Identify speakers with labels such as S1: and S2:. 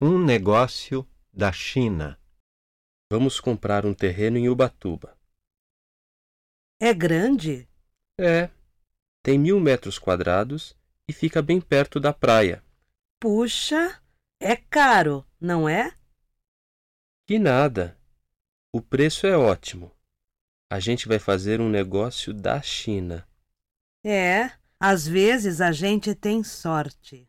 S1: Um negócio da China.
S2: Vamos comprar um terreno em Ubatuba.
S3: É grande?
S2: É. Tem mil metros quadrados e fica bem perto da praia.
S3: Puxa, é caro, não é?
S2: Que nada! O preço é ótimo. A gente vai fazer um negócio da China.
S3: É, às vezes a gente tem sorte.